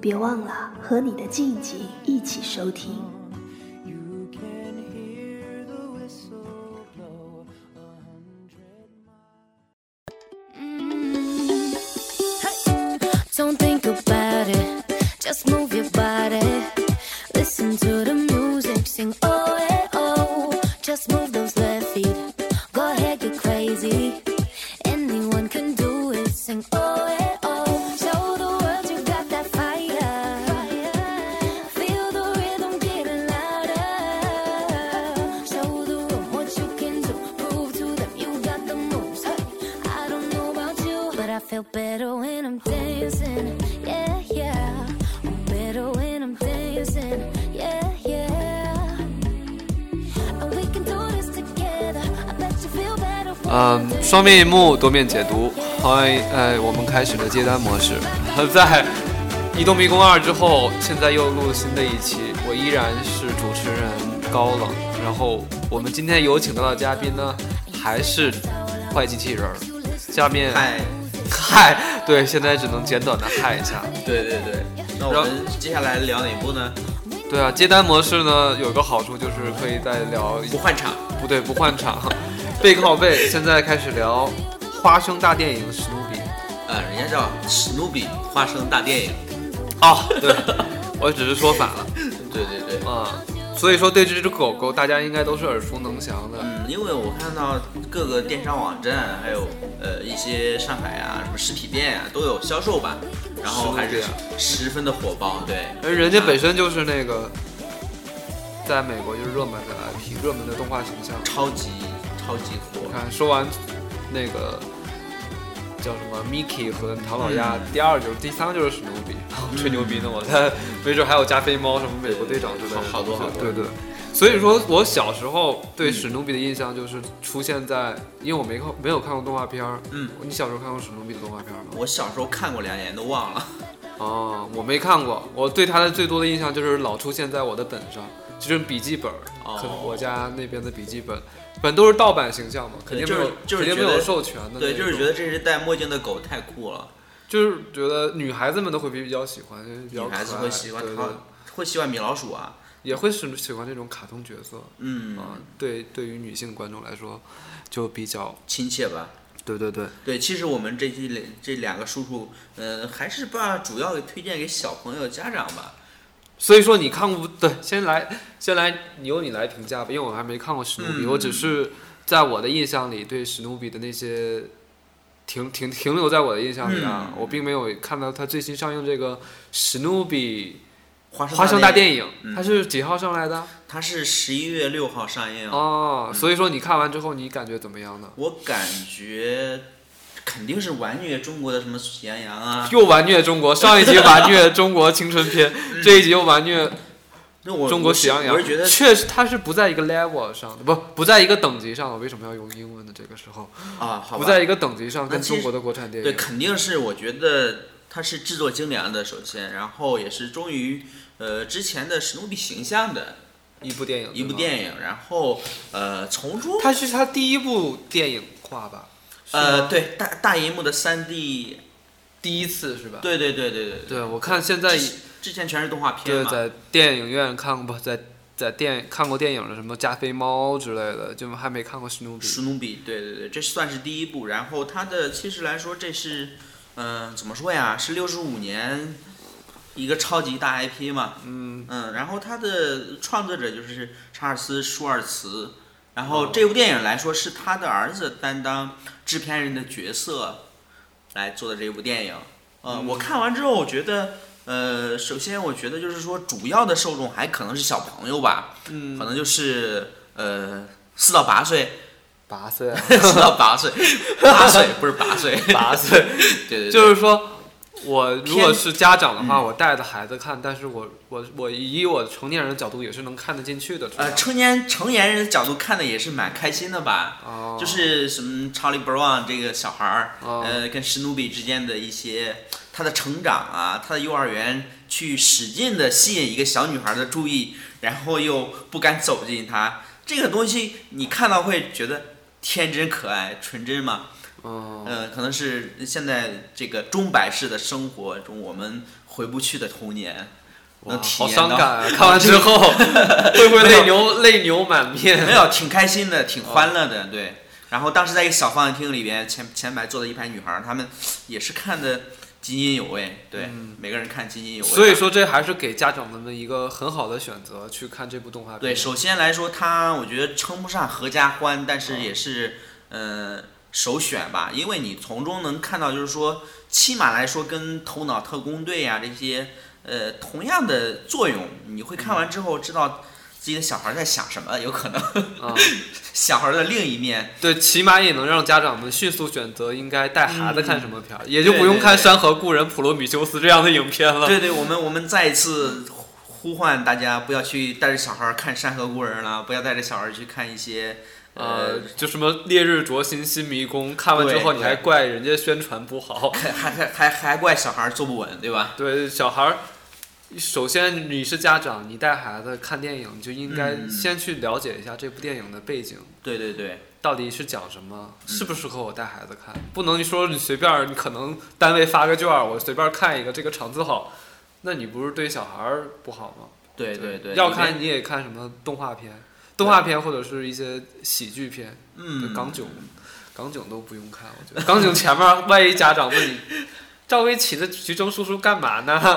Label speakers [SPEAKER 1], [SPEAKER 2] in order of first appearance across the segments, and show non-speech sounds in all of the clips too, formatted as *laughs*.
[SPEAKER 1] 别忘了和你的静静一起收听。
[SPEAKER 2] You can hear the whistle blow a hundred miles.
[SPEAKER 3] Don't think about it, just move your body. Listen to the music, sing oh eh oh. Just move those left feet, go ahead, get crazy. Anyone can do it, sing oh eh oh. Show the world you got that fire. Feel the rhythm getting louder. Show the world what you can do, prove to them you got the moves. Hey, I don't know about you, but I feel better when I'm dancing. Yeah, yeah. I'm better when I'm dancing. Yeah, yeah. And we can do this together. I bet you feel better. when
[SPEAKER 4] 嗯
[SPEAKER 3] we're，
[SPEAKER 4] 双面一幕多面解读，欢迎哎，我们开始了接单模式。在《移动迷宫二》之后，现在又录新的一期，我依然是主持人高冷。然后我们今天有请到的嘉宾呢，还是坏机器人儿。下面
[SPEAKER 5] 嗨，
[SPEAKER 4] 嗨，对，现在只能简短的嗨一下。
[SPEAKER 5] 对对对，那我们接下来聊哪部呢？
[SPEAKER 4] 对啊，接单模式呢有个好处就是可以再聊
[SPEAKER 5] 不换场，
[SPEAKER 4] 不对，不换场，背靠背。现在开始聊花生大电影史努比。
[SPEAKER 5] 呃，人家叫史努比花生大电影。
[SPEAKER 4] 哦， *laughs* 对，我只是说反了
[SPEAKER 5] 对对对，
[SPEAKER 4] 啊、所以说，对这只狗狗，大家应该都是耳熟能详的。
[SPEAKER 5] 嗯，因为我看到各个电商网站，还有呃一些上海啊什么实体店啊都有销售版，然后还是
[SPEAKER 4] 实体
[SPEAKER 5] 十分的火爆。对，
[SPEAKER 4] 而人家本身就是那个，在美国就是热门的 IP，热门的动画形象。
[SPEAKER 5] 超级超级火
[SPEAKER 4] 你。看，说完那个叫什么 Mickey 和唐老
[SPEAKER 5] 嗯
[SPEAKER 4] 鸭，第二就是第三个就是史努比，吹牛逼呢 *laughs* 我，他没准还有加菲猫什么美国队长之类的，
[SPEAKER 5] 好好多好多
[SPEAKER 4] 对对。所以说我小时候对史努比的印象就是出现在，因为我没看没有看过动画片儿。
[SPEAKER 5] 嗯，
[SPEAKER 4] 你小时候看过史努比的动画片儿吗？
[SPEAKER 5] 我小时候看过两眼都忘了。
[SPEAKER 4] 哦，我没看过，我对他的最多的印象就是老出现在我的本上，就是笔记本儿，
[SPEAKER 5] 哦
[SPEAKER 4] 可能我家那边的笔记本，本都是盗版形象嘛，肯定没有，
[SPEAKER 5] 对就是就是
[SPEAKER 4] 肯定没
[SPEAKER 5] 觉
[SPEAKER 4] 有
[SPEAKER 5] 得
[SPEAKER 4] 授权
[SPEAKER 5] *laughs*
[SPEAKER 4] 的那种。
[SPEAKER 5] 对，就是觉得这只戴墨镜的狗太酷了，
[SPEAKER 4] 就是觉得女孩子们都会比比较喜欢，就是比
[SPEAKER 5] 女
[SPEAKER 4] 较
[SPEAKER 5] 孩子
[SPEAKER 4] 可爱
[SPEAKER 5] 会喜欢
[SPEAKER 4] 对对
[SPEAKER 5] 它，会喜欢米老鼠啊。
[SPEAKER 4] 也会是喜欢这种卡通角色。啊
[SPEAKER 5] 嗯，，
[SPEAKER 4] 对，对于女性观众来说，就比较
[SPEAKER 5] 亲切吧。
[SPEAKER 4] 对对对，
[SPEAKER 5] 对，其实我们这期这两个叔叔，呃，还是把主要推荐给小朋友、家长吧。
[SPEAKER 4] 所以说你看过对，先来先来由你来评价吧，因为我还没看过史努比，
[SPEAKER 5] 嗯
[SPEAKER 4] 我只是在我的印象里对史努比的那些停停停留在我的印象里啊，
[SPEAKER 5] 嗯
[SPEAKER 4] 我并没有看到他最新上映这个史努比
[SPEAKER 5] 花生
[SPEAKER 4] 花生大
[SPEAKER 5] 大
[SPEAKER 4] 电
[SPEAKER 5] 影，
[SPEAKER 4] 影，
[SPEAKER 5] 嗯
[SPEAKER 4] 它是几号上来的？
[SPEAKER 5] 它是十一月六号上映。
[SPEAKER 4] 哦，所以说你看完之后你感觉怎么样呢？
[SPEAKER 5] 我感觉肯定是完虐中国的什么喜羊羊啊。
[SPEAKER 4] 又完虐中国，上一集完虐中国青春片，这一集又完虐
[SPEAKER 5] 那我
[SPEAKER 4] 中国喜羊羊。
[SPEAKER 5] 嗯我是我是觉得
[SPEAKER 4] 确实它是不在一个 level 上的，不不在一个等级上的。为什么要用英文呢？这个时候
[SPEAKER 5] 啊，好
[SPEAKER 4] 不
[SPEAKER 5] 吧，
[SPEAKER 4] 在一个等级上，
[SPEAKER 5] 那
[SPEAKER 4] 跟
[SPEAKER 5] 其实
[SPEAKER 4] 中国的国产电
[SPEAKER 5] 对，
[SPEAKER 4] 影。
[SPEAKER 5] 肯定是我觉得它是制作精良的，首先，然后也是忠于呃之前的史努比形象的
[SPEAKER 4] 一部电影，
[SPEAKER 5] 一部
[SPEAKER 4] 影，
[SPEAKER 5] 电影，然后呃从中
[SPEAKER 4] 嗯它是它第一部电影化吧？是
[SPEAKER 5] 呃
[SPEAKER 4] 吗，
[SPEAKER 5] 对大大银幕的三 D，
[SPEAKER 4] 第一次是吧？
[SPEAKER 5] 对对对对对
[SPEAKER 4] 对，我看现在
[SPEAKER 5] 之之前全是动画片
[SPEAKER 4] 对
[SPEAKER 5] 嘛，
[SPEAKER 4] 在电影院看过，不在在电看过电影的什么《加菲猫》之类的，就还没看过史努比。
[SPEAKER 5] 史努比，对对对，这算是第一部。然后它的其实来说，这是，嗯、怎么说呀？是六十五年一个超级大 IP 嘛。嗯然后它的创作者就是查尔斯·舒尔茨。然后这部电影来说，是他的儿子担当制片人的角色来做的这部电影。呃，我看完之后，我觉得，呃，首先我觉得就是说，主要的受众还可能是小朋友吧，嗯，可能就是呃四到八岁，
[SPEAKER 4] 八
[SPEAKER 5] *laughs*
[SPEAKER 4] 岁啊， *laughs*
[SPEAKER 5] 四到八岁，八岁不是八岁，
[SPEAKER 4] 八岁。
[SPEAKER 5] *laughs* 对对对，
[SPEAKER 4] 就是说，我如果是家长的
[SPEAKER 5] 嗯
[SPEAKER 4] 话，我带着孩子看，但是我我我以我成年人的角度也是能看得进去的。
[SPEAKER 5] 呃，成年成年人的角度看的也是蛮开心的吧？
[SPEAKER 4] 哦
[SPEAKER 5] 就是什么查理·布朗这个小孩儿，
[SPEAKER 4] 哦
[SPEAKER 5] 呃，跟史努比之间的一些他的成长啊，他的幼儿园去使劲的吸引一个小女孩的注意，然后又不敢走近她，这个东西你看到会觉得天真可爱、纯真嘛？
[SPEAKER 4] 嗯，
[SPEAKER 5] 呃，可能是现在这个钟摆式的生活中，我们回不去的童年，
[SPEAKER 4] 哇
[SPEAKER 5] 能体
[SPEAKER 4] 好
[SPEAKER 5] 验
[SPEAKER 4] 伤
[SPEAKER 5] 到。
[SPEAKER 4] 感啊！看完之
[SPEAKER 5] *laughs*
[SPEAKER 4] 后会不会泪流泪流满
[SPEAKER 5] 没
[SPEAKER 4] 面？
[SPEAKER 5] 有，挺开心的，挺欢乐的，对。然后当时在一个小放映厅里边，前前排坐的一排女孩儿，她们也是看的津津有味，对，每个人看津津有味。
[SPEAKER 4] 嗯所以，说这还是给家长们的一个很好的选择，去看这部动画片。
[SPEAKER 5] 对，首先来说，它我觉得称不上合家欢，但是也是，呃，首选吧，因为你从中能看到，就是说，起码来说，跟《头脑特工队、呀这些，呃，同样的作用，你会看
[SPEAKER 4] 嗯
[SPEAKER 5] 完之后知道自己的小孩儿在想什么，有可能
[SPEAKER 4] 啊、
[SPEAKER 5] *laughs* 小孩儿的另一面，
[SPEAKER 4] 对，起码也能让家长们迅速选择应该带孩子看什么片儿，也就
[SPEAKER 5] 嗯对
[SPEAKER 4] 不用
[SPEAKER 5] 对
[SPEAKER 4] 看《
[SPEAKER 5] 对
[SPEAKER 4] 山河故人》《普罗米修斯》这样的影片了。
[SPEAKER 5] 对对，我们我们再一次呼唤大家，不要去带着小孩儿看《山河故人》了，不要带着小孩儿去看一些
[SPEAKER 4] 呃
[SPEAKER 5] 呃，，
[SPEAKER 4] 就什么《烈日灼心》《新迷宫》，看完之
[SPEAKER 5] 对
[SPEAKER 4] 后你还
[SPEAKER 5] 对
[SPEAKER 4] 怪人家宣传不好。
[SPEAKER 5] 还还还还还怪小孩儿坐不稳，对吧？
[SPEAKER 4] 对，小孩儿，首先你是家长，你带孩子看电影，你就应该
[SPEAKER 5] 嗯
[SPEAKER 4] 先去了解一下这部电影的背景。
[SPEAKER 5] 对对对，
[SPEAKER 4] 到底是讲什么？适不适合我带孩子看？不能说你随便儿，你可能单位发个卷儿，我随便儿看一个这个场次好，那你不是对小孩儿不好吗？
[SPEAKER 5] 对对对，
[SPEAKER 4] 要
[SPEAKER 5] 里
[SPEAKER 4] 看
[SPEAKER 5] 面
[SPEAKER 4] 你也看什么动画片，动画片或者是一些喜剧片，对
[SPEAKER 5] 嗯
[SPEAKER 4] 港囧，港囧都不用看，我觉得港囧前面儿万一家长问你。赵薇起的徐峥叔叔干嘛呢？
[SPEAKER 5] 很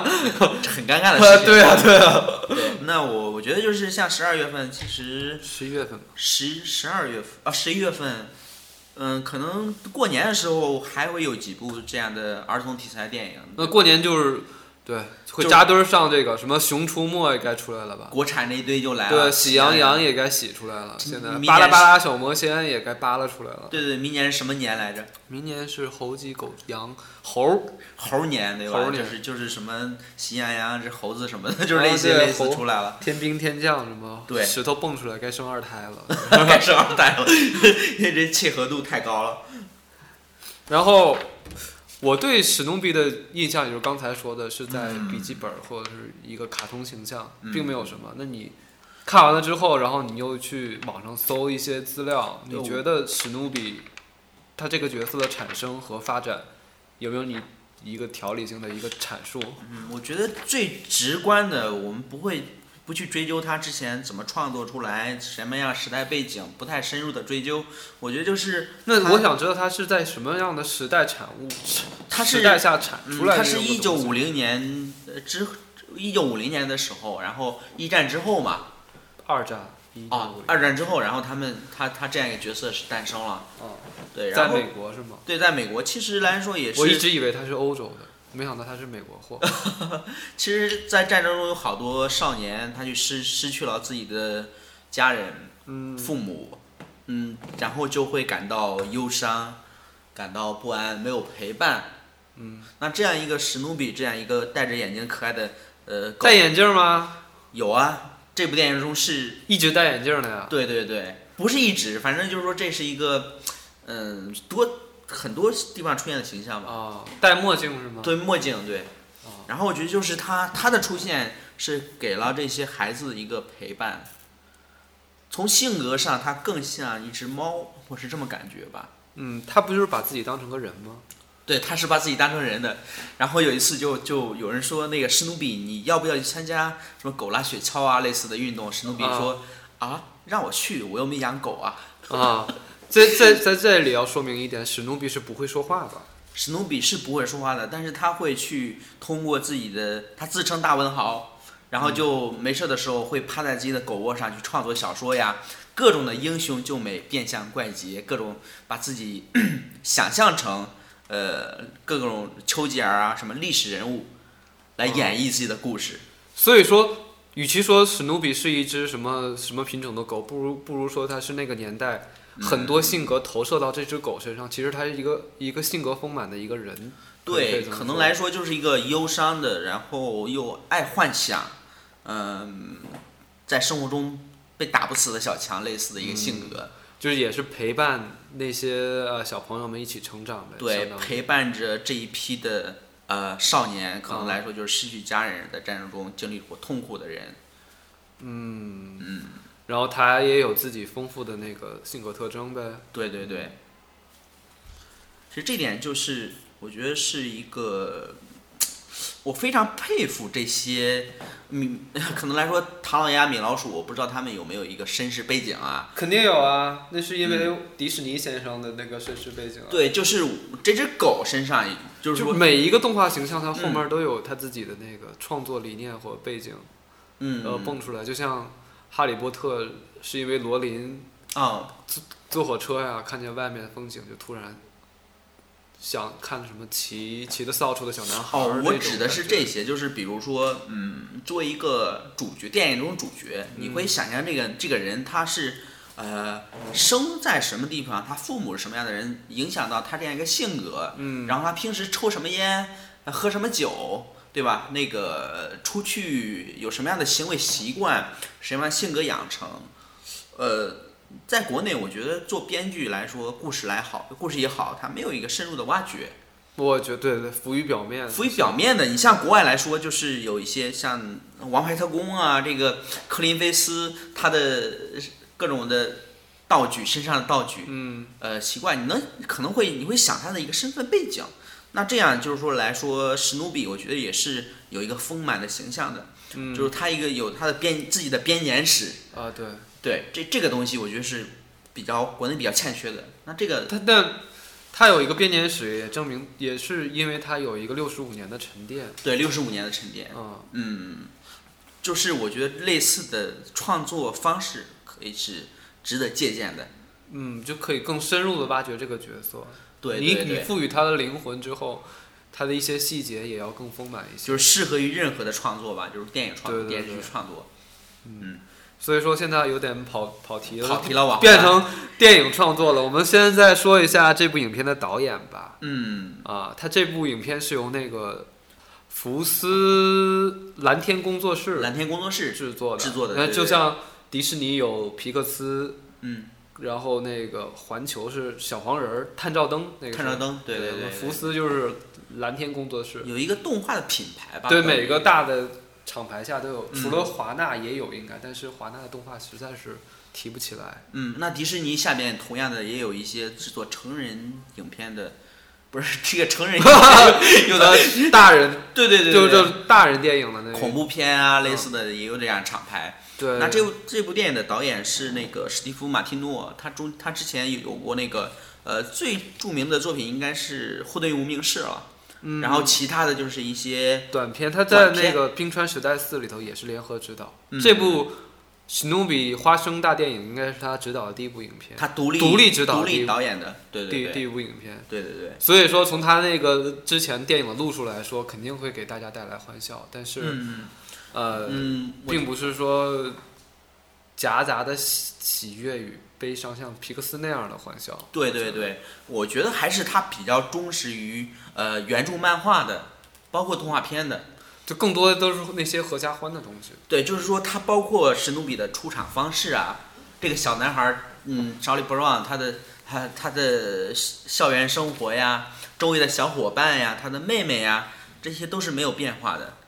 [SPEAKER 4] *laughs*
[SPEAKER 5] 尴尬的事情。
[SPEAKER 4] 对啊，对啊。
[SPEAKER 5] 对那我我觉得就是像十二月份，其实
[SPEAKER 4] 十一月份吧，
[SPEAKER 5] 十十二月份啊十一月份，嗯、可能过年的时候还会有几部这样的儿童题材电影。
[SPEAKER 4] 那过年就是，对，会
[SPEAKER 5] 就
[SPEAKER 4] 扎堆儿上这个什么《熊出没》也该出来了吧？
[SPEAKER 5] 国产那一堆就来了，
[SPEAKER 4] 对，啊喜羊羊。也该洗出来了，现在
[SPEAKER 5] 明
[SPEAKER 4] 巴拉
[SPEAKER 5] 年
[SPEAKER 4] 巴拉小魔仙也该扒拉出来了。
[SPEAKER 5] 对对，明年是什么年来着？
[SPEAKER 4] 明年是猴、鸡、狗、羊、猴儿，
[SPEAKER 5] 猴年对吧？
[SPEAKER 4] 猴年
[SPEAKER 5] 就是就是什么喜羊羊、这猴子什么的，就是
[SPEAKER 4] 啊
[SPEAKER 5] 那些
[SPEAKER 4] 对
[SPEAKER 5] 类似
[SPEAKER 4] 猴
[SPEAKER 5] 出来
[SPEAKER 4] *laughs*
[SPEAKER 5] 了，
[SPEAKER 4] 天兵天将什么，
[SPEAKER 5] 对
[SPEAKER 4] 石头蹦出来该生二胎了。 *laughs*
[SPEAKER 5] 该生二代了， *laughs* 因为这契合度太高了。
[SPEAKER 4] 然后我对史努比的印象，也就是刚才说的，是在笔记本儿或者是一个卡通形象，并没有什么。那你看完了之后，然后你又去网上搜一些资料，
[SPEAKER 5] 对
[SPEAKER 4] 你觉得史努比他这个角色的产生和发展，有没有你一个条理性的一个阐述？
[SPEAKER 5] 嗯，我觉得最直观的，我们不会不去追究它之前怎么创作出来，什么样时代背景，不太深入的追究。我觉得就是
[SPEAKER 4] 那
[SPEAKER 5] 它
[SPEAKER 4] 我想知道它是在什么样的时代产物，
[SPEAKER 5] 它是
[SPEAKER 4] 时代下产
[SPEAKER 5] 嗯
[SPEAKER 4] 出来的
[SPEAKER 5] 它
[SPEAKER 4] 这
[SPEAKER 5] 是
[SPEAKER 4] 种东西。
[SPEAKER 5] 一九五零年呃之一九五零年的时候，然后一战之后嘛，
[SPEAKER 4] 二战，一九
[SPEAKER 5] 啊
[SPEAKER 4] 五，零，
[SPEAKER 5] 二战之后，然后他们他他这样一个角色是诞生了，
[SPEAKER 4] 哦
[SPEAKER 5] 对，
[SPEAKER 4] 在
[SPEAKER 5] 然后
[SPEAKER 4] 美国是吗？
[SPEAKER 5] 对，在美国其实来说也是，
[SPEAKER 4] 我一直以为它是欧洲的，没想到它是美国
[SPEAKER 5] *laughs*
[SPEAKER 4] 货。
[SPEAKER 5] 其实，在战争中有好多少年，他就失失去了自己的家人，
[SPEAKER 4] 嗯
[SPEAKER 5] 父母，嗯，然后就会感到忧伤，感到不安，没有陪伴，嗯，那这样一个史努比，这样一个戴着眼镜可爱的呃狗
[SPEAKER 4] 戴，眼镜吗？
[SPEAKER 5] 有啊，这部电影中是，
[SPEAKER 4] 一直戴眼镜的呀。
[SPEAKER 5] 对对对，不是一直，反正就是说这是一个，嗯、多很多地方出现的形象吧，
[SPEAKER 4] 哦，戴墨镜是吗？
[SPEAKER 5] 对墨镜，对
[SPEAKER 4] 哦。
[SPEAKER 5] 然后我觉得就是他他的出现是给了这些孩子一个陪伴。从性格上，他更像一只猫，我是这么感觉吧。
[SPEAKER 4] 嗯，他不就是把自己当成个人
[SPEAKER 5] *laughs*
[SPEAKER 4] 吗？
[SPEAKER 5] 对，他是把自己当成人的。然后有一次就就有人说那个史努比，你要不要去参加什么狗拉雪橇啊类似的运动？史努比说啊，让我去，我又没养狗啊。
[SPEAKER 4] 啊，在在在这里要说明一点，史努比是不会说话的。
[SPEAKER 5] 史努比是不会说话的，但是他会去通过自己的，他自称大文豪，
[SPEAKER 4] 嗯
[SPEAKER 5] 然后就没事的时候会趴在自己的狗窝上去创作小说呀，各种的英雄救美、变相怪杰，各种把自己 *clears throat* 想象成呃各种丘吉尔啊什么历史人物，来
[SPEAKER 4] 嗯
[SPEAKER 5] 演绎自己的故事。
[SPEAKER 4] 所以说，与其说史努比是一只什么什么品种的狗，不如不如说它是那个年代
[SPEAKER 5] 嗯
[SPEAKER 4] 很多性格投射到这只狗身上。其实它是一个一个性格丰满的一个人。可以
[SPEAKER 5] 对，
[SPEAKER 4] 这么
[SPEAKER 5] 可
[SPEAKER 4] 说
[SPEAKER 5] 能来说就是一个忧伤的，然后又爱幻想，嗯、在生活中被打不死的小强类似的一个
[SPEAKER 4] 嗯
[SPEAKER 5] 性格，
[SPEAKER 4] 就是也是陪伴那些呃小朋友们一起成长呗，
[SPEAKER 5] 对
[SPEAKER 4] 相，当于
[SPEAKER 5] 陪伴着这一批的呃少年，可
[SPEAKER 4] 嗯
[SPEAKER 5] 能来说就是失去家人，在战争中经历过痛苦的人，
[SPEAKER 4] 然后他也有自己丰富的那个性格特征呗，
[SPEAKER 5] 对对对。嗯其实这点就是，我觉得是一个，我非常佩服这些米， *laughs* 可能来说唐老鸭、米老鼠，我不知道他们有没有一个身世背景啊。
[SPEAKER 4] 肯定有啊，那是因为
[SPEAKER 5] 嗯
[SPEAKER 4] 迪士尼先生的那个身世背景、啊，
[SPEAKER 5] 对，就是这只狗身上，就是
[SPEAKER 4] 就
[SPEAKER 5] 说，
[SPEAKER 4] 每一个动画形象，它后面都有它自己的那个创作理念和背景，
[SPEAKER 5] 嗯，
[SPEAKER 4] 然后呃蹦出来，就像《哈利波特》是因为罗琳
[SPEAKER 5] 啊、
[SPEAKER 4] 坐火车呀、看见外面的风景就突然想看什么骑骑的扫帚的小男孩儿那
[SPEAKER 5] 哦
[SPEAKER 4] 种，
[SPEAKER 5] 我
[SPEAKER 4] 感觉。
[SPEAKER 5] 指的是这些，就是比如说，嗯，作为一个主角，电影中主角，你
[SPEAKER 4] 嗯
[SPEAKER 5] 会想象这个这个人他是，呃，生在什么地方，他父母是什么样的人，影响到他这样一个性格，嗯，然后他平时抽什么烟，呃喝什么酒，对吧？那个出去有什么样的行为习惯，什么样的性格养成，呃。在国内，我觉得做编剧来说，故事来好，故事也好，它没有一个深入的挖掘。
[SPEAKER 4] 我觉得对对，浮于表面，
[SPEAKER 5] 浮于表面的。你像国外来说，就是有一些像《王牌特工》啊，这个克林菲斯他的各种的道具，身上的道具，
[SPEAKER 4] 嗯，
[SPEAKER 5] 呃，习惯，你能可能会你会想他的一个身份背景。那这样就是说来说，史努比我觉得也是有一个丰满的形象的，
[SPEAKER 4] 嗯
[SPEAKER 5] 就是他一个有他的编自己的编年史，
[SPEAKER 4] 啊对，
[SPEAKER 5] 对这这个东西我觉得是比较国内比较欠缺的。那这个
[SPEAKER 4] 他但他有一个编年史，也证明也是因为他有一个六十五年的沉淀，
[SPEAKER 5] 对六十五年的沉淀，
[SPEAKER 4] 嗯，
[SPEAKER 5] 嗯，就是我觉得类似的创作方式可以是值得借鉴的。
[SPEAKER 4] 嗯，就可以更深入的挖掘这个角色。
[SPEAKER 5] 对对
[SPEAKER 4] 你你
[SPEAKER 5] 对，
[SPEAKER 4] 赋予他的灵魂之后，他的一些细节也要更丰满一些。
[SPEAKER 5] 就是适合于任何的创作吧，就是电影创作、
[SPEAKER 4] 对对对
[SPEAKER 5] 电视剧创作，
[SPEAKER 4] 所以说现在有点跑跑题了，
[SPEAKER 5] 跑题了网啊
[SPEAKER 4] 变成电影创作了。我们现在说一下这部影片的导演吧。
[SPEAKER 5] 嗯，
[SPEAKER 4] 啊，他这部影片是由那个福斯蓝天工作室
[SPEAKER 5] 蓝天工作室，
[SPEAKER 4] 制作的，
[SPEAKER 5] 制作的
[SPEAKER 4] 那
[SPEAKER 5] 对
[SPEAKER 4] 就
[SPEAKER 5] 对
[SPEAKER 4] 像迪士尼有皮克斯，
[SPEAKER 5] 嗯，
[SPEAKER 4] 然后那个环球是小黄人儿、探照灯那个是。
[SPEAKER 5] 探照灯，对
[SPEAKER 4] 对
[SPEAKER 5] 对对，
[SPEAKER 4] 福斯就是蓝天工作室。
[SPEAKER 5] 有一个动画的品牌吧，
[SPEAKER 4] 对
[SPEAKER 5] 关于
[SPEAKER 4] 每个大的厂牌下都有，
[SPEAKER 5] 嗯
[SPEAKER 4] 除了华纳也有应该，但是华纳的动画实在是提不起
[SPEAKER 5] *laughs*
[SPEAKER 4] 来。
[SPEAKER 5] 嗯，那迪士尼下边同样的也有一些制作成人影
[SPEAKER 4] *laughs*
[SPEAKER 5] 片的，不是这个成人影片有的， *laughs*
[SPEAKER 4] 大人
[SPEAKER 5] 对对对，
[SPEAKER 4] 就
[SPEAKER 5] 对
[SPEAKER 4] 就嗯大人电影的那个
[SPEAKER 5] 恐怖片啊类似的也有这样厂牌，
[SPEAKER 4] 对，
[SPEAKER 5] 那这部这部电影的导演是那个史蒂夫·马蒂诺，他中他之前有有过那个呃最著名的作品应该是《霍顿无名氏》了，
[SPEAKER 4] 嗯
[SPEAKER 5] 然后其他的就是一些
[SPEAKER 4] 短片，他在
[SPEAKER 5] 短
[SPEAKER 4] 那
[SPEAKER 5] 片
[SPEAKER 4] 个《冰川时代四》里头也是联合执导。
[SPEAKER 5] 嗯
[SPEAKER 4] 这部史努比花生大电影应该是他执导的第一部影片，
[SPEAKER 5] 他独立
[SPEAKER 4] 独
[SPEAKER 5] 独
[SPEAKER 4] 立执导
[SPEAKER 5] 独
[SPEAKER 4] 第一
[SPEAKER 5] 立
[SPEAKER 4] 部
[SPEAKER 5] 导演的，对
[SPEAKER 4] 第
[SPEAKER 5] 对
[SPEAKER 4] 第
[SPEAKER 5] 对
[SPEAKER 4] 一部影片。
[SPEAKER 5] 对对对，
[SPEAKER 4] 所以说，从他那个之前电影的路数来说，肯定会给大家带来欢笑，但是、
[SPEAKER 5] 嗯
[SPEAKER 4] 呃，
[SPEAKER 5] 嗯，我
[SPEAKER 4] 并不是说夹杂的喜喜悦与悲伤，像皮克斯那样的欢笑。
[SPEAKER 5] 对对对，我觉得还是他比较忠实于呃原著漫画的，包括动画片的，
[SPEAKER 4] 就更多的都是那些合家欢的东西。
[SPEAKER 5] 对，就是说他包括史努比的出场方式啊，这个小男孩儿，嗯，查理布朗他的他他的校园生活呀，周围的小伙伴呀，他的妹妹呀，这些都是没有变化的。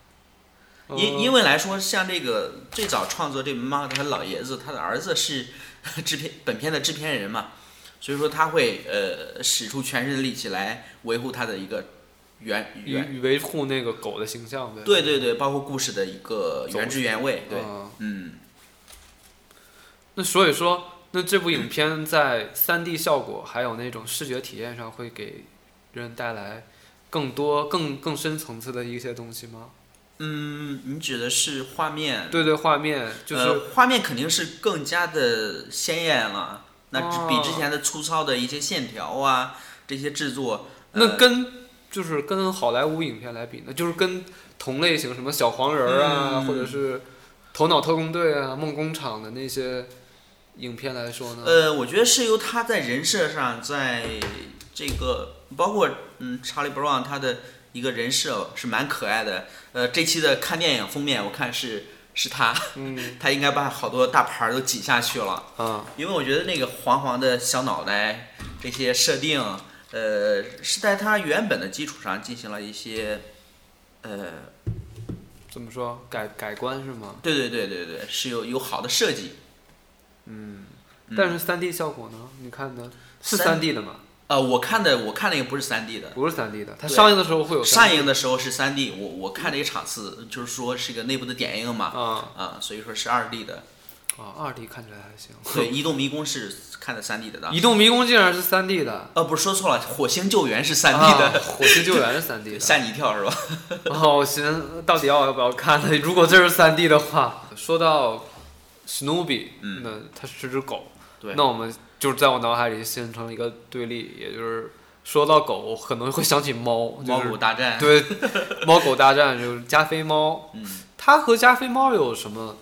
[SPEAKER 5] 因因
[SPEAKER 4] 为
[SPEAKER 5] 为来说，像这个最早创作这本漫画的他老爷子，他的儿子是制片本片的制片人嘛，所以说他会呃使出全身的力气来维护他的一个原
[SPEAKER 4] 与
[SPEAKER 5] 原
[SPEAKER 4] 与维护那个狗的形象呗。
[SPEAKER 5] 对对对，包括故事的一个
[SPEAKER 4] 走
[SPEAKER 5] 原汁原味，对，
[SPEAKER 4] 嗯
[SPEAKER 5] 嗯。
[SPEAKER 4] 那所以说，那这部影片在三 D 效果还有那种视觉体验上，会给人带来更多、更更深层次的一些东西吗？
[SPEAKER 5] 嗯，你指的是画面？
[SPEAKER 4] 对对，画面就是、
[SPEAKER 5] 呃，画面肯定是更加的鲜艳了。那只
[SPEAKER 4] 哦
[SPEAKER 5] 比之前的粗糙的一些线条啊，这些制作，呃、
[SPEAKER 4] 那跟就是跟好莱坞影片来比呢，就是跟同类型什么小黄人儿啊，
[SPEAKER 5] 嗯
[SPEAKER 4] 或者是《头脑特工队》啊、《梦工厂》的那些影片来说呢，
[SPEAKER 5] 呃，我觉得是由他在人设上，在这个包括嗯查理布朗他的一个人设是蛮可爱的。呃，这期的看电影封面我看是是他，
[SPEAKER 4] 嗯
[SPEAKER 5] *laughs* 他应该把好多大牌儿都挤下去了。
[SPEAKER 4] 啊，
[SPEAKER 5] 因为我觉得那个黄黄的小脑袋这些设定，呃，是在它原本的基础上进行了一些，呃，
[SPEAKER 4] 怎么说改改观是吗？
[SPEAKER 5] 对对对对对，是有有好的设计。嗯
[SPEAKER 4] 但是三 D 效果呢？你看的是
[SPEAKER 5] 三
[SPEAKER 4] 三 D 的吗？
[SPEAKER 5] 呃，我看的我看那个不是三 D 的，
[SPEAKER 4] 不是三 D 的，它
[SPEAKER 5] 对
[SPEAKER 4] 上映的时候会有
[SPEAKER 5] 上
[SPEAKER 4] 3D
[SPEAKER 5] 映的时候是三 D，我我看这个场次就是说是个内部的点映嘛，
[SPEAKER 4] 啊
[SPEAKER 5] 啊、所以说是二 D 的。
[SPEAKER 4] 啊，二 D 看起来还行。 *laughs*
[SPEAKER 5] 对，《移动迷宫》是看的三 D 的的
[SPEAKER 4] 移，动迷宫竟然是三 D 的，
[SPEAKER 5] 呃，不是说错了，《火星救援》是三 D
[SPEAKER 4] 啊
[SPEAKER 5] 的，，
[SPEAKER 4] 火星救援是三
[SPEAKER 5] *laughs*
[SPEAKER 4] D
[SPEAKER 5] 吓
[SPEAKER 4] 的。
[SPEAKER 5] 你一跳是吧？
[SPEAKER 4] *laughs* 哦，我寻思到底要要不要看呢？如果这是三 D 的话， *laughs* 说到史努比，
[SPEAKER 5] 嗯
[SPEAKER 4] 那它是只狗，
[SPEAKER 5] 对
[SPEAKER 4] 那我们就是在我脑海里形成了一个对立，也就是说到狗，我可能会想起猫，就
[SPEAKER 5] 猫
[SPEAKER 4] 是
[SPEAKER 5] 狗大战，，
[SPEAKER 4] 对 *laughs* 猫狗大战就是加菲猫，
[SPEAKER 5] 嗯，
[SPEAKER 4] 它和加菲猫有什么？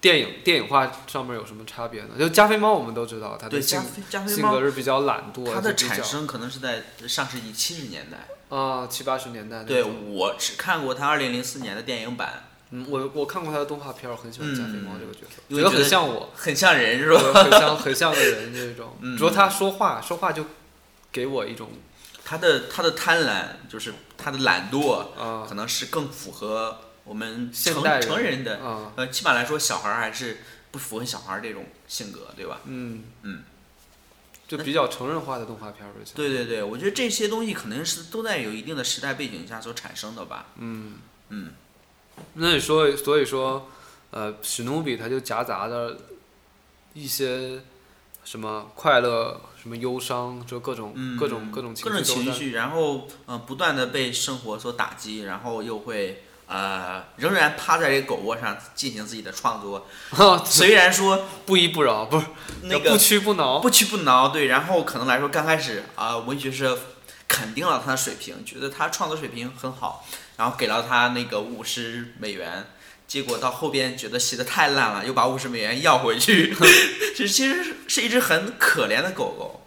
[SPEAKER 4] 电影电影化上面有什么差别呢？就加菲猫，我们都知道它的
[SPEAKER 5] 对，
[SPEAKER 4] 性
[SPEAKER 5] 加菲加菲
[SPEAKER 4] 性
[SPEAKER 5] 猫
[SPEAKER 4] 格是比较懒惰，
[SPEAKER 5] 它的
[SPEAKER 4] 就比较
[SPEAKER 5] 产生可能是在上世纪七十年代。
[SPEAKER 4] 啊七八十年代那
[SPEAKER 5] 对
[SPEAKER 4] 种
[SPEAKER 5] 我只看过它二零零四年的电影版，
[SPEAKER 4] 嗯，我我看过他的动画片儿，我很喜欢加菲猫这个角色，
[SPEAKER 5] 因
[SPEAKER 4] 觉
[SPEAKER 5] 为
[SPEAKER 4] 得
[SPEAKER 5] 嗯觉
[SPEAKER 4] 很
[SPEAKER 5] 得
[SPEAKER 4] 像我，
[SPEAKER 5] 很像人是吧？ *laughs*
[SPEAKER 4] 对很像很像个人这种。
[SPEAKER 5] 嗯
[SPEAKER 4] 主要他说话说话就给我一种
[SPEAKER 5] 它的它的贪婪就是它的懒惰，
[SPEAKER 4] 啊
[SPEAKER 5] 可能是更符合我们
[SPEAKER 4] 现
[SPEAKER 5] 成
[SPEAKER 4] 代人
[SPEAKER 5] 成人的，
[SPEAKER 4] 啊
[SPEAKER 5] 呃，起码来说小孩儿还是不符合小孩儿这种性格，对吧？
[SPEAKER 4] 嗯
[SPEAKER 5] 嗯，
[SPEAKER 4] 就比较成人化的动画片儿，而且
[SPEAKER 5] 对对对，我觉得这些东西可能是都在有一定的时代背景下所产生的吧。
[SPEAKER 4] 嗯，
[SPEAKER 5] 嗯，
[SPEAKER 4] 那你说所以说呃史努比他就夹杂着一些什么快乐什么忧伤，就各种、
[SPEAKER 5] 嗯，
[SPEAKER 4] 各种各种情
[SPEAKER 5] 各种
[SPEAKER 4] 都 *laughs*
[SPEAKER 5] 情
[SPEAKER 4] 在
[SPEAKER 5] 绪，然后呃，不断的被生活所打击，然后又会呃，仍然趴在这个狗窝上进行自己的创
[SPEAKER 4] *laughs*
[SPEAKER 5] 作。虽然说
[SPEAKER 4] 不依不饶，不是
[SPEAKER 5] 那
[SPEAKER 4] 不
[SPEAKER 5] 个
[SPEAKER 4] 屈不挠，
[SPEAKER 5] 不屈不挠，对，然后可能来说刚开始啊、文学社肯定了他的水平，觉得他创作水平很好，然后给了他那个五十美元。结果到后边觉得写的太烂了，又把五十美元要回去。这其实是是一只很可怜的狗狗，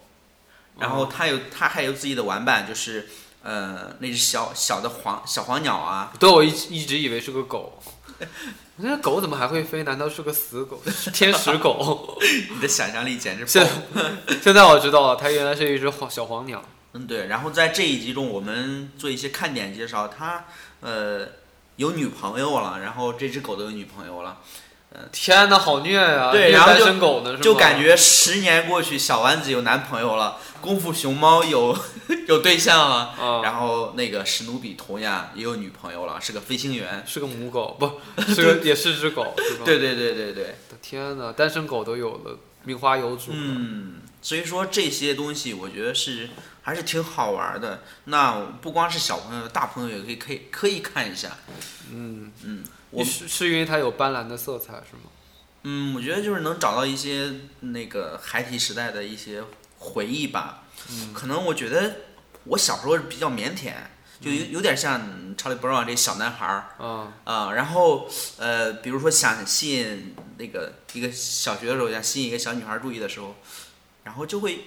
[SPEAKER 5] 然后它有它还有自己的玩伴，就是呃那只小小的黄小黄鸟啊，
[SPEAKER 4] 对，我一直一直以为是个狗。我觉得狗怎么还会飞？难道是个死
[SPEAKER 5] *laughs*
[SPEAKER 4] 狗？是天使狗？
[SPEAKER 5] 你的想象力简直爆
[SPEAKER 4] 现 *laughs* 现在我知道了，它原来是一只黄小黄鸟。
[SPEAKER 5] 嗯，对。然后在这一集中，我们做一些看点介绍。他呃有女朋友了，然后这只狗都有女朋友了，
[SPEAKER 4] 天哪，好虐呀、
[SPEAKER 5] 对
[SPEAKER 4] 一个
[SPEAKER 5] 然后
[SPEAKER 4] 单
[SPEAKER 5] 就
[SPEAKER 4] 身狗呢，是吗
[SPEAKER 5] 就感觉十年过去，小丸子有男朋友了，功夫熊猫有 *laughs* 有对象了，
[SPEAKER 4] 啊、
[SPEAKER 5] 然后那个史努比同样也有女朋友了，是个飞行员。
[SPEAKER 4] 是个母狗，
[SPEAKER 5] *laughs*
[SPEAKER 4] 不是个也是只狗，是吧？
[SPEAKER 5] 对对对对对，
[SPEAKER 4] 天哪，单身狗都有了，名花有主了。
[SPEAKER 5] 嗯，所以说这些东西我觉得是还是挺好玩的。那不光是小朋友，大朋友也可以可以可以看一下。
[SPEAKER 4] 嗯，
[SPEAKER 5] 嗯，我
[SPEAKER 4] 你是是因为它有斑斓的色彩是吗？
[SPEAKER 5] 嗯，我觉得就是能找到一些那个孩提时代的一些回忆吧。
[SPEAKER 4] 嗯
[SPEAKER 5] 可能我觉得我小时候比较腼腆，就有有点像查理·布朗这小男孩儿
[SPEAKER 4] 啊、
[SPEAKER 5] 啊、然后呃，比如说想吸引那个一个小学的时候，想吸引一个小女孩儿注意的时候，然后就会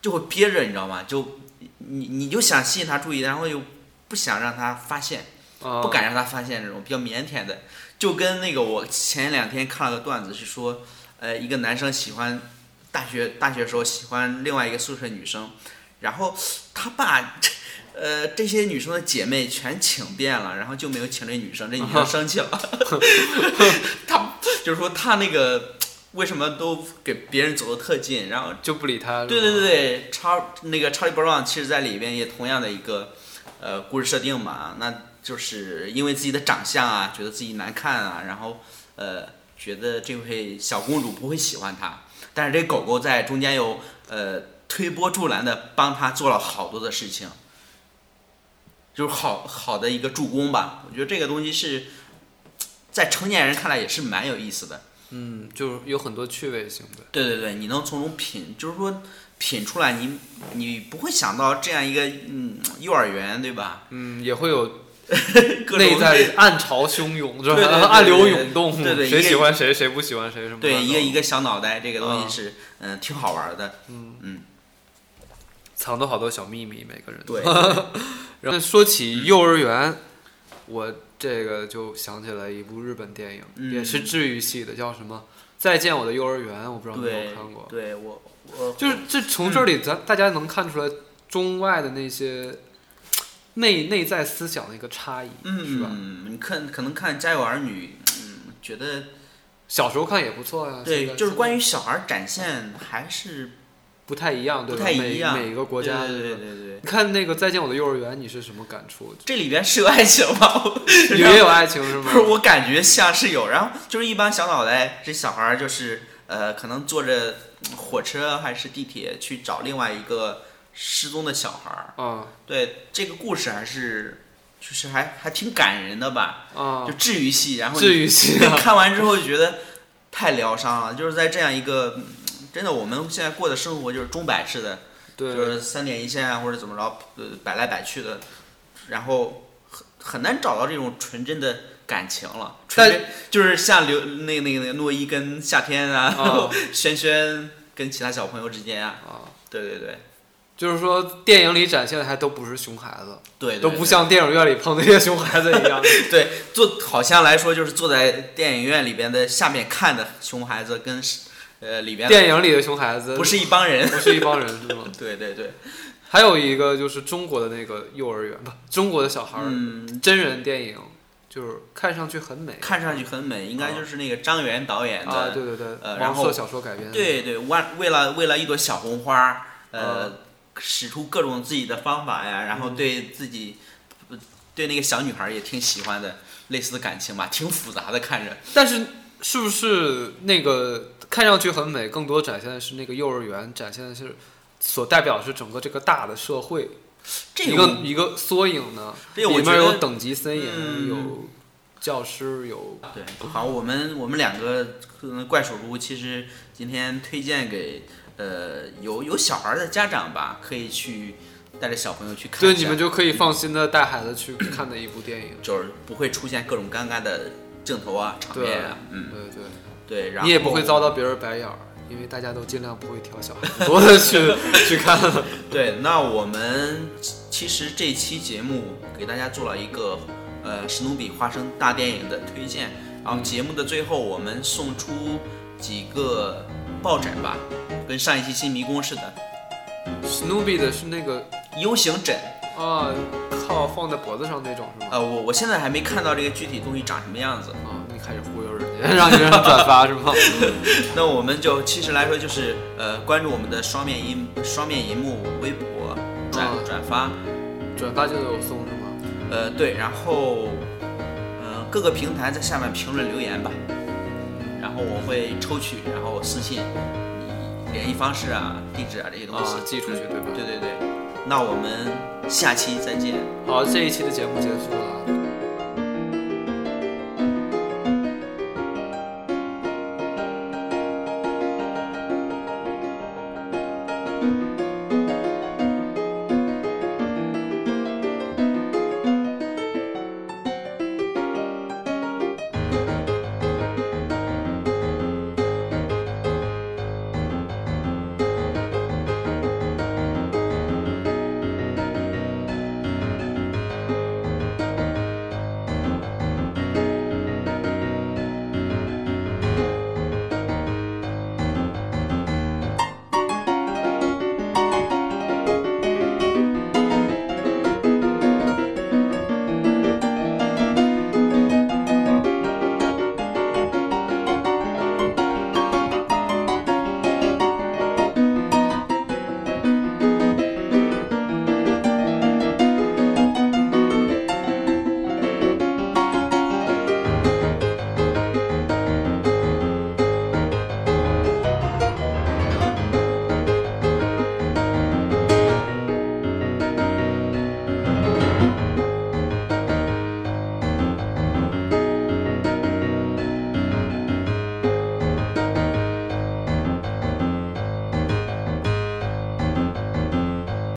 [SPEAKER 5] 就会憋着，你知道吗？就你你就想吸引她注意，然后又不想让她发现。
[SPEAKER 4] 啊，
[SPEAKER 5] 不敢让他发现这种比较腼腆的，就跟那个我前两天看了个段子，是说，呃，一个男生喜欢大学大学时候喜欢另外一个宿舍女生，然后他把呃这些女生的姐妹全请遍了，然后就没有请这女生，这女生生气了，他就是说他那个为什么都给别人走的特近，然后
[SPEAKER 4] 就不理它。
[SPEAKER 5] 对
[SPEAKER 4] 啊是吗
[SPEAKER 5] 对对，对，超那个查理·布朗其实在里边也同样的一个呃故事设定嘛，那就是因为自己的长相啊，觉得自己难看啊，然后呃觉得这位小公主不会喜欢他，但是这狗狗在中间又呃推波助澜的帮他做了好多的事情，就是好好的一个助攻吧。我觉得这个东西是在成年人看来也是蛮有意思的。
[SPEAKER 4] 嗯，就是有很多趣味性的。
[SPEAKER 5] 对对对，你能从中品，就是说品出来你，你不会想到这样一个嗯幼儿园对吧？
[SPEAKER 4] 嗯，也会有
[SPEAKER 5] 各种
[SPEAKER 4] 内在里暗潮汹涌，是吧
[SPEAKER 5] 对对对对
[SPEAKER 4] 暗流涌动，
[SPEAKER 5] 对对一个
[SPEAKER 4] 谁喜欢谁，谁不喜欢谁，什么嗯
[SPEAKER 5] 对一个一
[SPEAKER 4] 个
[SPEAKER 5] 个小脑袋，这个东
[SPEAKER 4] 嗯
[SPEAKER 5] 西是嗯、挺好玩的。
[SPEAKER 4] 嗯
[SPEAKER 5] 嗯，
[SPEAKER 4] 藏的好多小秘密，每个人。
[SPEAKER 5] 对嗯
[SPEAKER 4] 然后说起幼儿园，我这个就想起来一部日本电影，
[SPEAKER 5] 嗯
[SPEAKER 4] 也是治愈系的，叫什么《再见我的幼儿园》，我不知道你有没有
[SPEAKER 5] 对嗯
[SPEAKER 4] 看过。
[SPEAKER 5] 对，我我
[SPEAKER 4] 就是这从这里咱大家能看出来中外的那些内内在思想的一个差异，是吧？
[SPEAKER 5] 嗯，你看可能看《家有儿女》，嗯，觉得
[SPEAKER 4] 小时候看也不错啊呀、
[SPEAKER 5] 对，就是关
[SPEAKER 4] 于
[SPEAKER 5] 于小孩儿展现还是
[SPEAKER 4] 不太一样，对
[SPEAKER 5] 不
[SPEAKER 4] 吧？
[SPEAKER 5] 太一样，
[SPEAKER 4] 每每个国家
[SPEAKER 5] 对对
[SPEAKER 4] 的
[SPEAKER 5] 对对对，
[SPEAKER 4] 你看那个《再见我的幼儿园》，你是什么感触？
[SPEAKER 5] 这里边是有爱情吗？
[SPEAKER 4] 里面有爱情是
[SPEAKER 5] 啊不
[SPEAKER 4] 吗
[SPEAKER 5] 是，？ *laughs* 我感觉像是有，然后就是一帮小脑袋，这小孩儿就是呃，可能坐着嗯火车还是地铁去找另外一个失踪的小孩儿。
[SPEAKER 4] 啊
[SPEAKER 5] 对，这个故事还是就是还还挺感人的吧，
[SPEAKER 4] 啊
[SPEAKER 5] 就，治愈系。然后
[SPEAKER 4] 治愈系
[SPEAKER 5] 你
[SPEAKER 4] 啊，
[SPEAKER 5] *laughs* 看完之后就觉得太疗伤了，就是在这样一个。嗯真的，我们现在过的生活就是钟摆式的，就
[SPEAKER 4] 对
[SPEAKER 5] 是三点一线啊，或者怎么着，呃，摆来摆去的，然后很很难找到这种纯真的感情了。纯真就是像刘那那个那个诺一跟夏天啊，
[SPEAKER 4] 啊
[SPEAKER 5] *laughs* 轩轩跟其他小朋友之间啊，
[SPEAKER 4] 啊，
[SPEAKER 5] 对对对
[SPEAKER 4] 就是说电影里展现的还都不是熊孩子，
[SPEAKER 5] 对对，
[SPEAKER 4] 都
[SPEAKER 5] 对
[SPEAKER 4] 不像电影院里碰那些熊孩子一
[SPEAKER 5] *laughs*
[SPEAKER 4] 样。
[SPEAKER 5] 对坐好像来说就是坐在电影院里边的下面看的熊孩子跟呃里边的
[SPEAKER 4] 电影里的熊孩子
[SPEAKER 5] 不是一帮人，
[SPEAKER 4] 不是一帮人是吗？
[SPEAKER 5] 对对对，
[SPEAKER 4] 还有一个就是中国的那个幼儿园，不，中国的小孩儿、
[SPEAKER 5] 嗯，
[SPEAKER 4] 真人电影，就是看上去很美
[SPEAKER 5] 看上去很美，应该就是那个张元导演的
[SPEAKER 4] 啊，对对对，
[SPEAKER 5] 呃然
[SPEAKER 4] 王
[SPEAKER 5] 后
[SPEAKER 4] 朔小说改编的，
[SPEAKER 5] 对对，为为了为了一朵小红花，呃，
[SPEAKER 4] 嗯
[SPEAKER 5] 使出各种自己的方法呀，然后对自己、呃对那个小女孩也挺喜欢的，类似的感情吧，挺复杂的看着。
[SPEAKER 4] 但是是不是那个看上去很美，更多展现的是那个幼儿园展现的是所代表是整个这个大的社会
[SPEAKER 5] 这
[SPEAKER 4] 一
[SPEAKER 5] 个
[SPEAKER 4] 个
[SPEAKER 5] 我
[SPEAKER 4] 一个缩影呢？
[SPEAKER 5] 这个我
[SPEAKER 4] 里面
[SPEAKER 5] 觉得
[SPEAKER 4] 有等级森严，
[SPEAKER 5] 嗯
[SPEAKER 4] 有教师，有
[SPEAKER 5] 对，好，我们我们两个嗯怪手猪其实今天推荐给呃有有小孩的家长吧，可以去带着小朋友去看
[SPEAKER 4] 对
[SPEAKER 5] 一下，
[SPEAKER 4] 你们就可以放心的带孩子去看的一部电影。
[SPEAKER 5] 就是不会出现各种尴尬的镜头啊、场
[SPEAKER 4] 对
[SPEAKER 5] 面啊，，嗯，
[SPEAKER 4] 对对。
[SPEAKER 5] 对，然后
[SPEAKER 4] 你也不会遭到别人白眼儿，因为大家都尽量不会挑小孩 *laughs*
[SPEAKER 5] *laughs*
[SPEAKER 4] 子多的去去看。
[SPEAKER 5] 对，那我们其其实这期节目给大家做了一个呃史努比花生大电影的推荐，然后节目的最后我们送出几个抱枕吧，跟上一期新迷宫似的
[SPEAKER 4] Snoopy 的是那个
[SPEAKER 5] U 型枕。
[SPEAKER 4] 啊，靠放在脖子上那种是吗？
[SPEAKER 5] 呃，我我现在还没看到这个具体东西长什么样子，
[SPEAKER 4] 啊，你开始忽悠人家， *laughs* 让你让人转发是吗？
[SPEAKER 5] 那我们就其实来说就是呃关注我们的双面银双面银幕微博转、
[SPEAKER 4] 嗯
[SPEAKER 5] 转发，
[SPEAKER 4] *laughs* 转发就有送是吗？
[SPEAKER 5] 呃对，然后呃各个平台在下面评论留言吧，然后我会抽取，然后私信你联系方式啊、地址啊这些东西、
[SPEAKER 4] 啊寄出去对吧
[SPEAKER 5] 对对对，那我们下期再见。
[SPEAKER 4] 好，这一期的节目结束了。